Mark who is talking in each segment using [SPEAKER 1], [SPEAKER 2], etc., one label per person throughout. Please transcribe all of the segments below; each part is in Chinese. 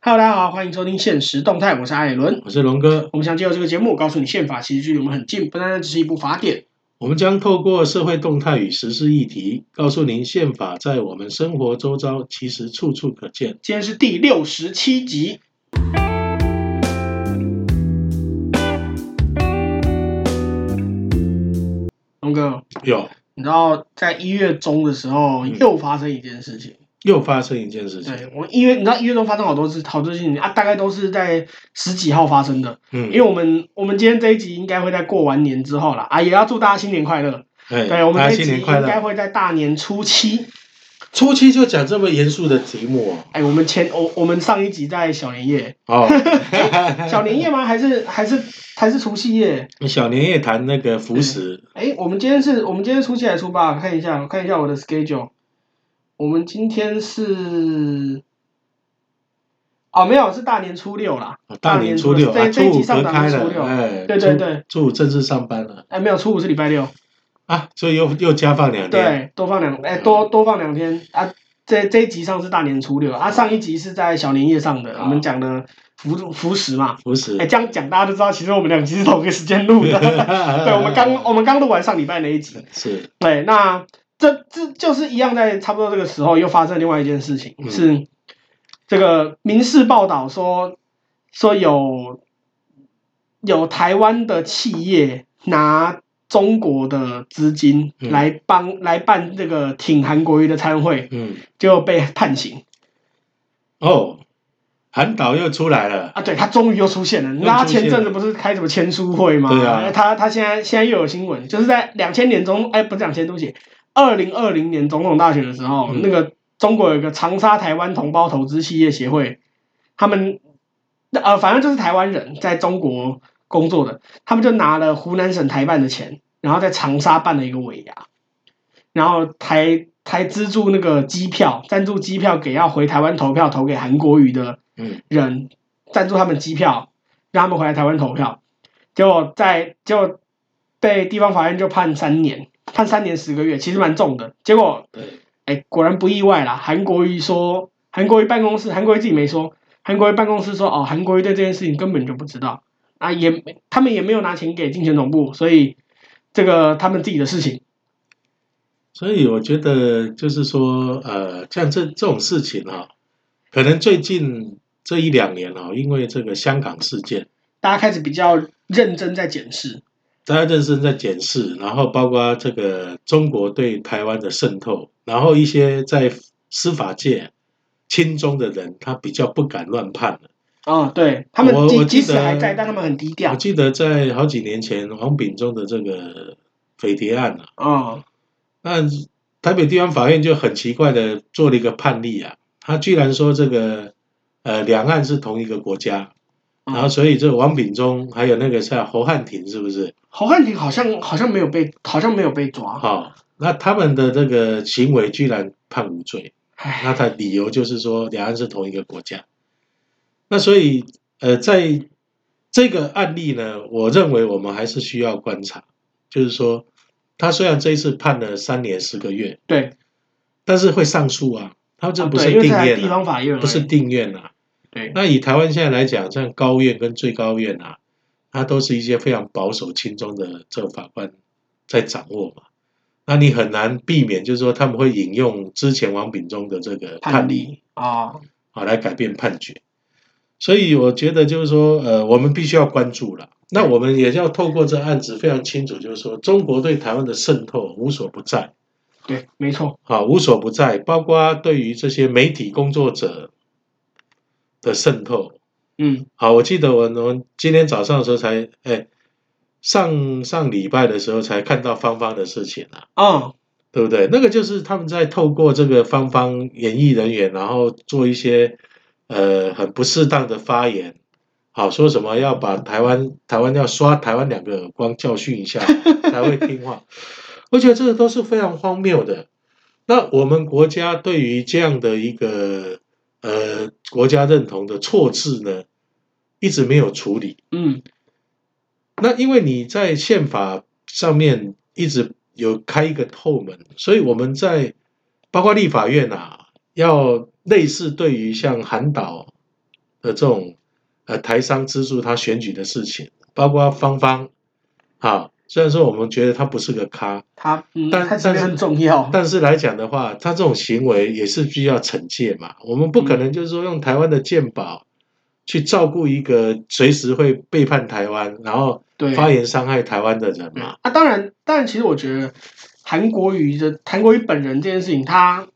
[SPEAKER 1] Hello，大家好，欢迎收听《现实动态》，我是艾伦。
[SPEAKER 2] 我是龙哥。
[SPEAKER 1] 我们想借由这个节目，告诉你宪法其实距离我们很近，不单单只是一部法典。
[SPEAKER 2] 我们将透过社会动态与时事议题，告诉您宪法在我们生活周遭其实处处可见。
[SPEAKER 1] 今天是第六十七集。龙哥，
[SPEAKER 2] 有
[SPEAKER 1] 你知道在一月中的时候
[SPEAKER 2] 嗯
[SPEAKER 1] 又发生一件事情。
[SPEAKER 2] 又发生一件事情，
[SPEAKER 1] 对我们一月，你知道一月中发生好多次好多事情啊，大概都是在十几号发生的。因为
[SPEAKER 2] 嗯，
[SPEAKER 1] 我们我们今天这一集应该会在过完年之后啦，啊，也要祝大家新年快乐。
[SPEAKER 2] 哎
[SPEAKER 1] 对，我们
[SPEAKER 2] 大
[SPEAKER 1] 这一
[SPEAKER 2] 家新
[SPEAKER 1] 集
[SPEAKER 2] 年快
[SPEAKER 1] 应该
[SPEAKER 2] 乐。
[SPEAKER 1] 会在大年初七。
[SPEAKER 2] 初期就讲这么严肃的题目哦，
[SPEAKER 1] 哎，我们前我我们上一集在小年夜，
[SPEAKER 2] 哦，
[SPEAKER 1] 小年夜吗？还是还是还是除夕夜？
[SPEAKER 2] 小年夜谈那个服食，
[SPEAKER 1] 哎，我们今天是我们今天初七还是初八？看一下，看一下我的 schedule。我们今天是，哦，没有，是大年初六啦。
[SPEAKER 2] 哦大年初六
[SPEAKER 1] 大
[SPEAKER 2] 啊，
[SPEAKER 1] 年初六这这
[SPEAKER 2] 初
[SPEAKER 1] 一集
[SPEAKER 2] 五
[SPEAKER 1] 上
[SPEAKER 2] 隔
[SPEAKER 1] 档
[SPEAKER 2] 开
[SPEAKER 1] 是初六
[SPEAKER 2] 了，哎，
[SPEAKER 1] 对对对
[SPEAKER 2] 初，初五正式上班了
[SPEAKER 1] 哎，没有，初五是礼拜六。
[SPEAKER 2] 啊，所以又又加放两天，
[SPEAKER 1] 对，多放两，哎，多多放两天啊。这这一集上是大年初六啊，上一集是在小年夜上的，
[SPEAKER 2] 好
[SPEAKER 1] 我们讲的福福食嘛。
[SPEAKER 2] 服食
[SPEAKER 1] 哎，。这样讲大家都知道，其实我们两集是同一个时间录的。 对，
[SPEAKER 2] 对
[SPEAKER 1] 我们刚我们刚录完上礼拜那一集。
[SPEAKER 2] 是
[SPEAKER 1] 对，那这这就是一样，在差不多这个时候又发生另外一件事情，
[SPEAKER 2] 嗯
[SPEAKER 1] 是这个民事报道说说有有台湾的企业拿中国的资金
[SPEAKER 2] 嗯
[SPEAKER 1] 来帮、来办这个挺韩国瑜的参会，
[SPEAKER 2] 嗯
[SPEAKER 1] 就被判刑
[SPEAKER 2] 哦，韩导又出来了。
[SPEAKER 1] 啊！对他终于又出现了，你知道他前阵子不是开什么签书会吗？
[SPEAKER 2] 对啊
[SPEAKER 1] 他他现在现在又有新闻，就是在两千年中，哎，不是两千，对不起，二零二零年总统大选的时候，
[SPEAKER 2] 嗯
[SPEAKER 1] 那个中国有一个长沙台湾同胞投资企业协会，他们呃，反正就是台湾人在中国工作的，他们就拿了湖南省台办的钱，然后在长沙办了一个尾牙，然后台台资助那个机票，赞助机票给要回台湾投票投给韩国瑜的
[SPEAKER 2] 嗯
[SPEAKER 1] 人，赞助他们机票，让他们回来台湾投票，结果在结果被地方法院就判三年，判三年十个月，其实蛮重的。结果
[SPEAKER 2] 对，
[SPEAKER 1] 哎，果然不意外啦。韩国瑜说，韩国瑜办公室，韩国瑜自己没说，韩国瑜办公室说，哦，韩国瑜对这件事情根本就不知道啊，也没他们也没有拿钱给竞选总部，所以这个他们自己的事情。
[SPEAKER 2] 所以我觉得就是说，呃，像这这种事情啊，可能最近这一两年啊，因为这个香港事件，
[SPEAKER 1] 大家开始比较认真在检视，
[SPEAKER 2] 大家认真在检视，然后包括这个中国对台湾的渗透，然后一些在司法界亲中的人，他比较不敢乱判了。
[SPEAKER 1] 啊、对他们
[SPEAKER 2] 我
[SPEAKER 1] 即
[SPEAKER 2] 我记
[SPEAKER 1] 即
[SPEAKER 2] 得
[SPEAKER 1] 使还在，但他们很低调
[SPEAKER 2] 我。记得在好几年前，黄炳忠的这个匪谍案啊，
[SPEAKER 1] 啊、
[SPEAKER 2] 那台北地方法院就很奇怪的做了一个判例啊，他居然说这个呃两岸是同一个国家，
[SPEAKER 1] 嗯
[SPEAKER 2] 然后所以这个王炳忠还有那个像侯汉廷是不是？
[SPEAKER 1] 侯汉廷好像好像没有被，好像没有被抓。
[SPEAKER 2] 好、那他们的这个行为居然判无罪，那
[SPEAKER 1] 哎，
[SPEAKER 2] 他理由就是说两岸是同一个国家。那所以呃，在这个案例呢，我认为我们还是需要观察，就是说他虽然这一次判了三年十个月，
[SPEAKER 1] 对，
[SPEAKER 2] 但是会上诉啊，他这
[SPEAKER 1] 啊
[SPEAKER 2] 不
[SPEAKER 1] 对
[SPEAKER 2] 是
[SPEAKER 1] 因为
[SPEAKER 2] 定
[SPEAKER 1] 在地
[SPEAKER 2] 谳、啊，
[SPEAKER 1] 方法院而已
[SPEAKER 2] 不是定谳啊。
[SPEAKER 1] 对
[SPEAKER 2] 那以台湾现在来讲，像高院跟最高院啊，它都是一些非常保守轻中的这个法官在掌握嘛。那你很难避免，就是说他们会引用之前王炳忠的这个判例
[SPEAKER 1] 啊、
[SPEAKER 2] 啊来改变判决。所以我觉得就是说，呃，我们必须要关注了。那我们也要透过这案子非常清楚，就是说中国对台湾的渗透无所不在。
[SPEAKER 1] 对，没错，
[SPEAKER 2] 啊，无所不在，包括对于这些媒体工作者的渗透。
[SPEAKER 1] 嗯，
[SPEAKER 2] 好，我记得我我们今天早上的时候才，哎，上上礼拜的时候才看到芳芳的事情啊，
[SPEAKER 1] 啊、
[SPEAKER 2] 对不对？那个就是他们在透过这个芳芳演艺人员，然后做一些呃很不适当的发言。好，说什么要把台湾台湾要刷台湾两个耳光教训一下才会听话，我觉得这个都是非常荒谬的。那我们国家对于这样的一个呃国家认同的错置呢，一直没有处理。
[SPEAKER 1] 嗯，
[SPEAKER 2] 那因为你在宪法上面一直有开一个后门，所以我们在包括立法院啊，要类似对于像韩导的这种呃台商资助他选举的事情，包括芳芳啊，虽然说我们觉得他不是个咖，
[SPEAKER 1] 他嗯，
[SPEAKER 2] 但
[SPEAKER 1] 他这
[SPEAKER 2] 但
[SPEAKER 1] 个
[SPEAKER 2] 是
[SPEAKER 1] 很重要，
[SPEAKER 2] 但是来讲的话，他这种行为也是需要惩戒嘛。我们不可能就是说用台湾的鉴宝去照顾一个随时会背叛台湾，然后
[SPEAKER 1] 对
[SPEAKER 2] 发言伤害台湾的人
[SPEAKER 1] 对
[SPEAKER 2] 嘛。
[SPEAKER 1] 啊，当然，当然，其实我觉得韩国瑜的韩国瑜本人这件事情，他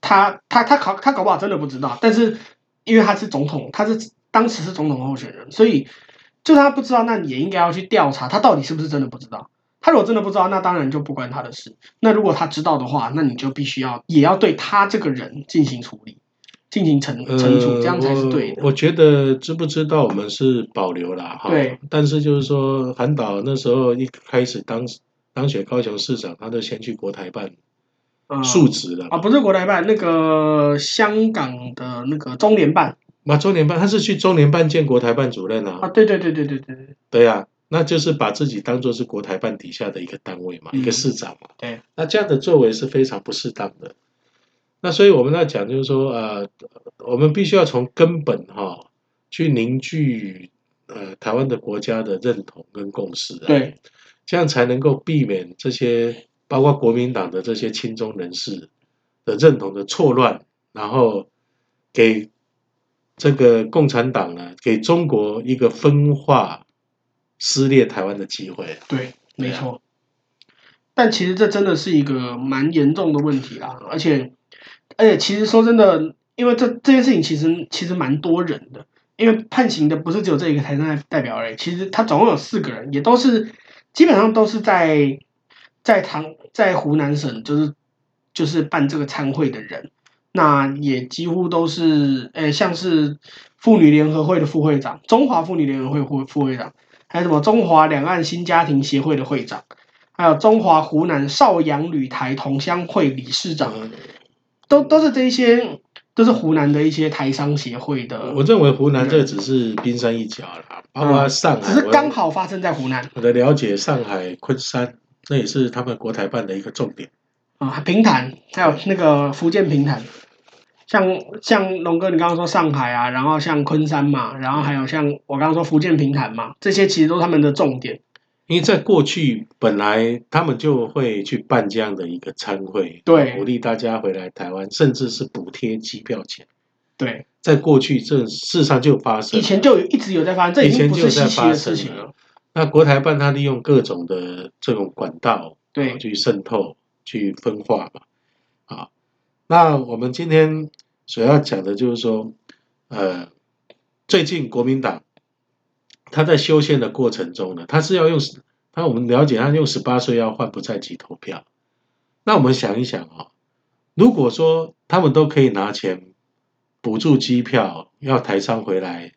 [SPEAKER 1] 他他他搞他搞不好真的不知道，但是因为他是总统，他是当时是总统候选人，所以就算他不知道，那你也应该要去调查他到底是不是真的不知道。他如果真的不知道，那当然就不关他的事。那如果他知道的话，那你就必须要也要对他这个人进行处理，进行惩
[SPEAKER 2] 呃，
[SPEAKER 1] 嗯惩处，这样才是对的。
[SPEAKER 2] 我。我觉得知不知道我们是保留啦，哈。
[SPEAKER 1] 对。
[SPEAKER 2] 但是就是说，韩导那时候一开始当当选高雄市长，他都先去国台办
[SPEAKER 1] 嗯
[SPEAKER 2] 述职了。
[SPEAKER 1] 啊，不是国台办，那个香港的那个中联办
[SPEAKER 2] 那、中联办他是去中联办见国台办主任
[SPEAKER 1] 啊，对对对对对对对。
[SPEAKER 2] 对呀、那就是把自己当做是国台办底下的一个单位嘛，
[SPEAKER 1] 嗯
[SPEAKER 2] 一个市长嘛。
[SPEAKER 1] 对，
[SPEAKER 2] 那这样的作为是非常不适当的。那所以我们要讲就是说，呃，我们必须要从根本哈、去凝聚呃台湾的国家的认同跟共识、啊。
[SPEAKER 1] 对，
[SPEAKER 2] 这样才能够避免这些包括国民党的这些亲中人士的认同的错乱，然后给这个共产党呢，给中国一个分化、撕裂台湾的机会啊。
[SPEAKER 1] 对，没
[SPEAKER 2] 对啊
[SPEAKER 1] 错。但其实这真的是一个蛮严重的问题啦，而且，而且其实说真的，因为这这件事情其实其实蛮多人的，因为判刑的不是只有这一个台商代代表而已，其实他总共有四个人，也都是基本上都是在在唐在湖南省就是就是办这个参会的人，那也几乎都是，呃，像是妇女联合会的副会长，中华妇女联合会副副会长。还有什么中华两岸新家庭协会的会长，还有中华湖南邵阳旅台同乡会理事长，
[SPEAKER 2] 呃
[SPEAKER 1] 都都是这一些，都是湖南的一些台商协会的
[SPEAKER 2] 呃我，认为湖南这只是冰山一角啦，包括上海，
[SPEAKER 1] 嗯只是刚
[SPEAKER 2] 我
[SPEAKER 1] 好发生在湖南
[SPEAKER 2] 我的了解，上海昆山那也是他们国台办的一个重点。
[SPEAKER 1] 啊，平潭还有那个福建平潭，像像龙哥你刚刚说上海啊，然后像昆山嘛，然后还有像我刚刚说福建平潭嘛，这些其实都是他们的重点。
[SPEAKER 2] 因为在过去本来他们就会去办这样的一个参会，
[SPEAKER 1] 对
[SPEAKER 2] 鼓励大家回来台湾，甚至是补贴机票钱。
[SPEAKER 1] 对，
[SPEAKER 2] 在过去这事实上就发生
[SPEAKER 1] 以
[SPEAKER 2] 了，
[SPEAKER 1] 前就有一直有在发生，这已
[SPEAKER 2] 以前
[SPEAKER 1] 经不
[SPEAKER 2] 就有
[SPEAKER 1] 是
[SPEAKER 2] 在
[SPEAKER 1] 稀奇的
[SPEAKER 2] 发
[SPEAKER 1] 事
[SPEAKER 2] 生
[SPEAKER 1] 情
[SPEAKER 2] 了
[SPEAKER 1] 了。
[SPEAKER 2] 那国台办它利用各种的这种管道
[SPEAKER 1] 对
[SPEAKER 2] 去渗透、去分化嘛，啊，那我们今天所要讲的就是说，呃，最近国民党他在修宪的过程中呢，他是要用他我们了解他用十八岁要换不在籍投票，那我们想一想哦，如果说他们都可以拿钱补助机票，要台商回来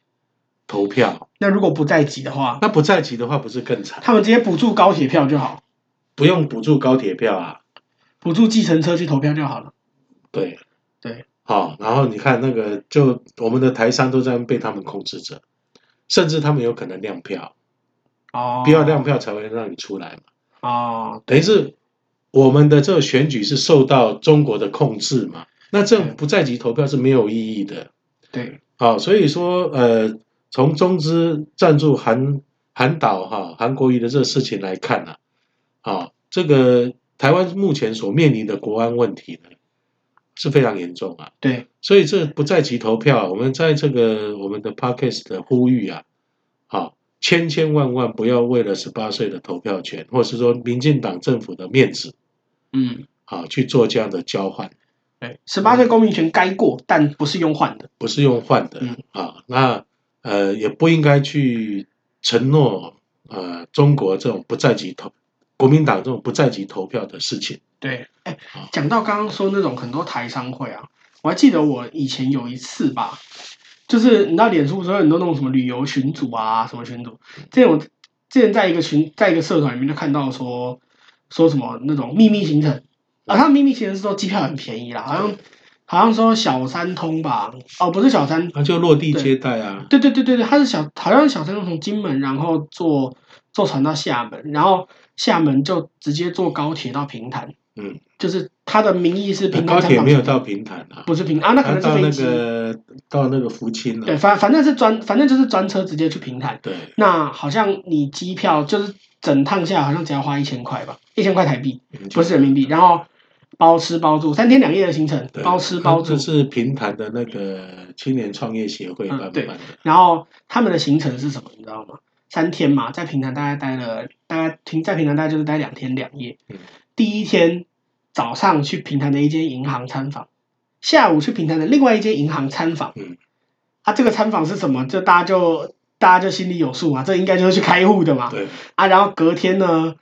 [SPEAKER 2] 投票，
[SPEAKER 1] 那如果不在籍的话，
[SPEAKER 2] 那不在籍的话不是更惨？
[SPEAKER 1] 他们直接补助高铁票就好，
[SPEAKER 2] 不用补助高铁票啊，
[SPEAKER 1] 补助计程车去投票就好了。
[SPEAKER 2] 对
[SPEAKER 1] 对，
[SPEAKER 2] 好、然后你看那个就我们的台商都在被他们控制着，甚至他们有可能亮票，
[SPEAKER 1] 哦，
[SPEAKER 2] 不要亮票才会让你出来嘛，
[SPEAKER 1] 哦，
[SPEAKER 2] 等于是我们的这个选举是受到中国的控制嘛，那这种不在籍投票是没有意义的。
[SPEAKER 1] 对，
[SPEAKER 2] 好、所以说呃，从中资赞助韩韩导哈、韩国瑜的这个事情来看呢、啊，这个台湾目前所面临的国安问题呢，是非常严重啊。
[SPEAKER 1] 对，
[SPEAKER 2] 所以这不在籍投票，啊我们在这个我们的 podcast 的呼吁啊，好、千千万万不要为了十八岁的投票权，或是说民进党政府的面子，
[SPEAKER 1] 嗯，
[SPEAKER 2] 啊，去做这样的交换。
[SPEAKER 1] 对，十八岁公民权该过，但不是用换的。
[SPEAKER 2] 不是用换的、
[SPEAKER 1] 嗯
[SPEAKER 2] 啊。那呃，也不应该去承诺呃中国这种不在籍投国民党这种不在籍投票的事情。
[SPEAKER 1] 对，哎
[SPEAKER 2] 好，
[SPEAKER 1] 讲到刚刚说那种很多台商会啊，我还记得我以前有一次吧，就是你知道脸书不是有很多那种什么旅游群组啊，什么群组，之前我之前在一个群在一个社团里面就看到说说什么那种秘密行程啊，他们秘密行程是说机票很便宜啦，好像好像说小三通吧，哦不是小三
[SPEAKER 2] 那就落地接待啊，
[SPEAKER 1] 对对对对对，他是小，好像是小三通从金门，然后坐坐船到厦门，然后厦门就直接坐高铁到平潭，
[SPEAKER 2] 嗯，
[SPEAKER 1] 就是它的名义是平
[SPEAKER 2] 高
[SPEAKER 1] 潭参
[SPEAKER 2] 铁
[SPEAKER 1] 访
[SPEAKER 2] 没，有到平潭啊，
[SPEAKER 1] 不是平啊，那可能
[SPEAKER 2] 它
[SPEAKER 1] 是
[SPEAKER 2] 到
[SPEAKER 1] 飞
[SPEAKER 2] 那
[SPEAKER 1] 机。
[SPEAKER 2] 个到那个福清了、
[SPEAKER 1] 对，反反正是专，反正就是专车直接去平潭。
[SPEAKER 2] 对，
[SPEAKER 1] 那好像你机票就是整趟下来好像只要花一千块吧，一千块台币，不是人民币。然后包吃包住，三天两夜的行程，
[SPEAKER 2] 对
[SPEAKER 1] 包吃包
[SPEAKER 2] 它
[SPEAKER 1] 住
[SPEAKER 2] 这。是平潭的那个青年创业协会
[SPEAKER 1] 嗯
[SPEAKER 2] 办办
[SPEAKER 1] 对
[SPEAKER 2] 的，
[SPEAKER 1] 然后他们的行程是什么，你知道吗？三天嘛，在平潭大概待了，大概停在平潭大概就是待两天两夜。
[SPEAKER 2] 嗯
[SPEAKER 1] 第一天早上去平潭的一间银行参访，下午去平潭的另外一间银行参访。
[SPEAKER 2] 嗯，
[SPEAKER 1] 啊，这个参访是什么？就大家就大家就心里有数嘛，这应该就是去开户的嘛。
[SPEAKER 2] 对，
[SPEAKER 1] 啊，然后隔天呢，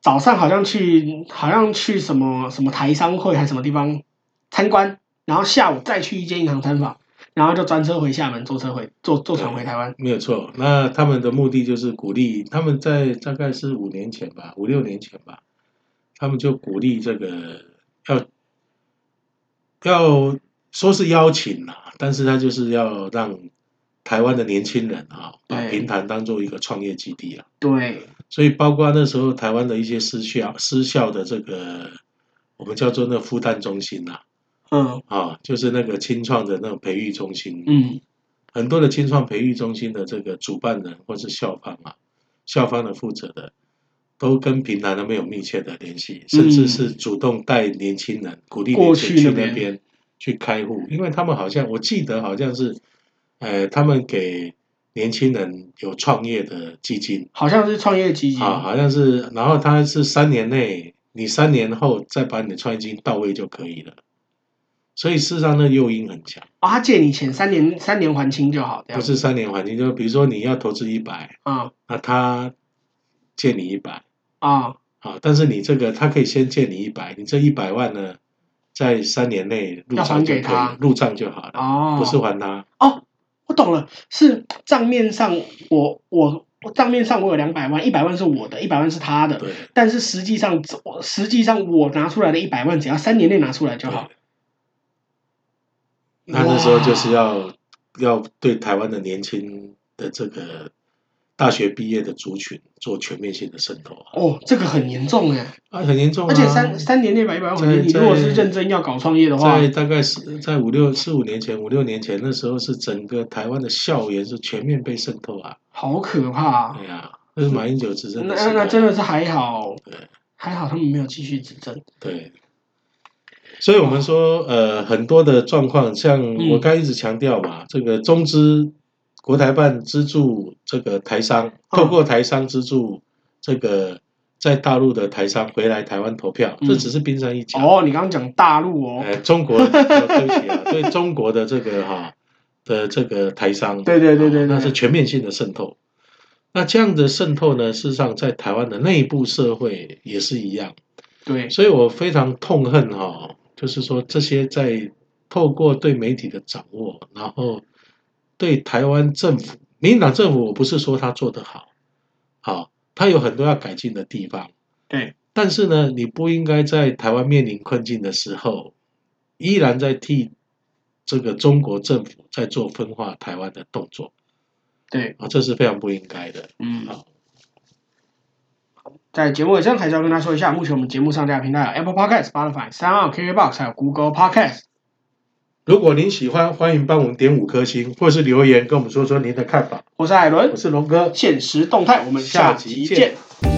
[SPEAKER 1] 早上好像去好像去什么什么台商会还是什么地方参观，然后下午再去一间银行参访，然后就专车回厦门，坐车回坐坐船回台湾。
[SPEAKER 2] 没有错。那他们的目的就是鼓励，他们在大概是五年前吧，五六年前吧，他们就鼓励这个要要说是邀请啦，但是他就是要让台湾的年轻人啊，把
[SPEAKER 1] 对
[SPEAKER 2] 平潭当做一个创业基地啊。
[SPEAKER 1] 对，
[SPEAKER 2] 所以包括那时候台湾的一些私校、私校的这个，我们叫做那复旦中心呐、
[SPEAKER 1] 嗯
[SPEAKER 2] 啊，就是那个青创的那种培育中心，
[SPEAKER 1] 嗯
[SPEAKER 2] 很多的青创培育中心的这个主办人或是校方啊，校方的负责的，都跟平南都没有密切的联系，甚至是主动带年轻人、鼓励年轻人
[SPEAKER 1] 嗯过去
[SPEAKER 2] 去
[SPEAKER 1] 那
[SPEAKER 2] 那
[SPEAKER 1] 边
[SPEAKER 2] 边去开户，因为他们好像我记得好像是，呃，他们给年轻人有创业的基金。
[SPEAKER 1] 好像是创业基金。
[SPEAKER 2] 啊，好像是，然后他是三年内，你三年后再把你的创业金到位就可以了。所以事实上，那诱因很强，
[SPEAKER 1] 哦，他借你钱三年，三年还清就好，这
[SPEAKER 2] 不
[SPEAKER 1] 样
[SPEAKER 2] 是三年还清，就是比如说你要投资一百，
[SPEAKER 1] 啊
[SPEAKER 2] 那他借你一百
[SPEAKER 1] 啊
[SPEAKER 2] 啊，但是你这个他可以先借你一百，你这一百万呢，在三年内入
[SPEAKER 1] 要
[SPEAKER 2] 账
[SPEAKER 1] 还
[SPEAKER 2] 就
[SPEAKER 1] 给
[SPEAKER 2] 可以
[SPEAKER 1] 他
[SPEAKER 2] 了，入账就好了，
[SPEAKER 1] 哦，
[SPEAKER 2] 不是还他。
[SPEAKER 1] 哦，我懂了，是账面上我我我账面上我有两百万，一百万是我的，一百万是他的。
[SPEAKER 2] 对，
[SPEAKER 1] 但是实际上，我实际上我拿出来的一百万，只要三年内拿出来就好。
[SPEAKER 2] 那那时候就是
[SPEAKER 1] 哇
[SPEAKER 2] 要要对台湾的年轻的这个大学毕业的族群做全面性的渗透啊，
[SPEAKER 1] 哦，这个很严重哎，
[SPEAKER 2] 啊，很严重啊。
[SPEAKER 1] 而且三三年内把一百万还给你，
[SPEAKER 2] 在
[SPEAKER 1] 如果是认真要搞创业的话
[SPEAKER 2] 在，大概是在五六四五年前、五六年前，那时候是整个台湾的校园是全面被渗透啊，
[SPEAKER 1] 好可怕、
[SPEAKER 2] 哎呀，那是马英九执政
[SPEAKER 1] 啊那
[SPEAKER 2] 的
[SPEAKER 1] 那
[SPEAKER 2] 时
[SPEAKER 1] 那
[SPEAKER 2] 代，
[SPEAKER 1] 真的是还好
[SPEAKER 2] 对，
[SPEAKER 1] 还好他们没有继续执政。
[SPEAKER 2] 对。所以，我们说，呃，很多的状况，像
[SPEAKER 1] 嗯
[SPEAKER 2] 我刚才一直强调嘛，这个中资国台办资助这个台商，
[SPEAKER 1] 啊
[SPEAKER 2] 透过台商资助这个在大陆的台商回来台湾投票，
[SPEAKER 1] 嗯
[SPEAKER 2] 这只是啊冰山一角。
[SPEAKER 1] 哦，你刚刚讲大陆哦，
[SPEAKER 2] 呃，中国、呃对不起 啊，对中国的这个哈、的这个台商，
[SPEAKER 1] 对对对对
[SPEAKER 2] 啊
[SPEAKER 1] 对
[SPEAKER 2] 那是全面性的渗透。那这样的渗透呢，事实上在台湾的内部社会也是一样，
[SPEAKER 1] 对，
[SPEAKER 2] 所以我非常痛恨哈、就是说这些在透过对媒体的掌握，然后对台湾政府、民进党政府，我不是说他做得好，好、他有很多要改进的地方，
[SPEAKER 1] 对，
[SPEAKER 2] 但是呢，你不应该在台湾面临困境的时候，依然在替这个中国政府在做分化台湾的动作
[SPEAKER 1] 对，
[SPEAKER 2] 啊，这是非常不应该的。
[SPEAKER 1] 嗯
[SPEAKER 2] 好。
[SPEAKER 1] 在节目尾声，还是要跟大家说一下，目前我们节目上架的平台有 Apple Podcast、Spotify、三二 KKBox 还有 Google Podcast。
[SPEAKER 2] 如果您喜欢，欢迎帮我们点五颗星，或是留言跟我们说说您的看法。
[SPEAKER 1] 我是艾伦
[SPEAKER 2] 我，是龙哥，
[SPEAKER 1] 现实动态，我们下集
[SPEAKER 2] 下集
[SPEAKER 1] 见
[SPEAKER 2] 见。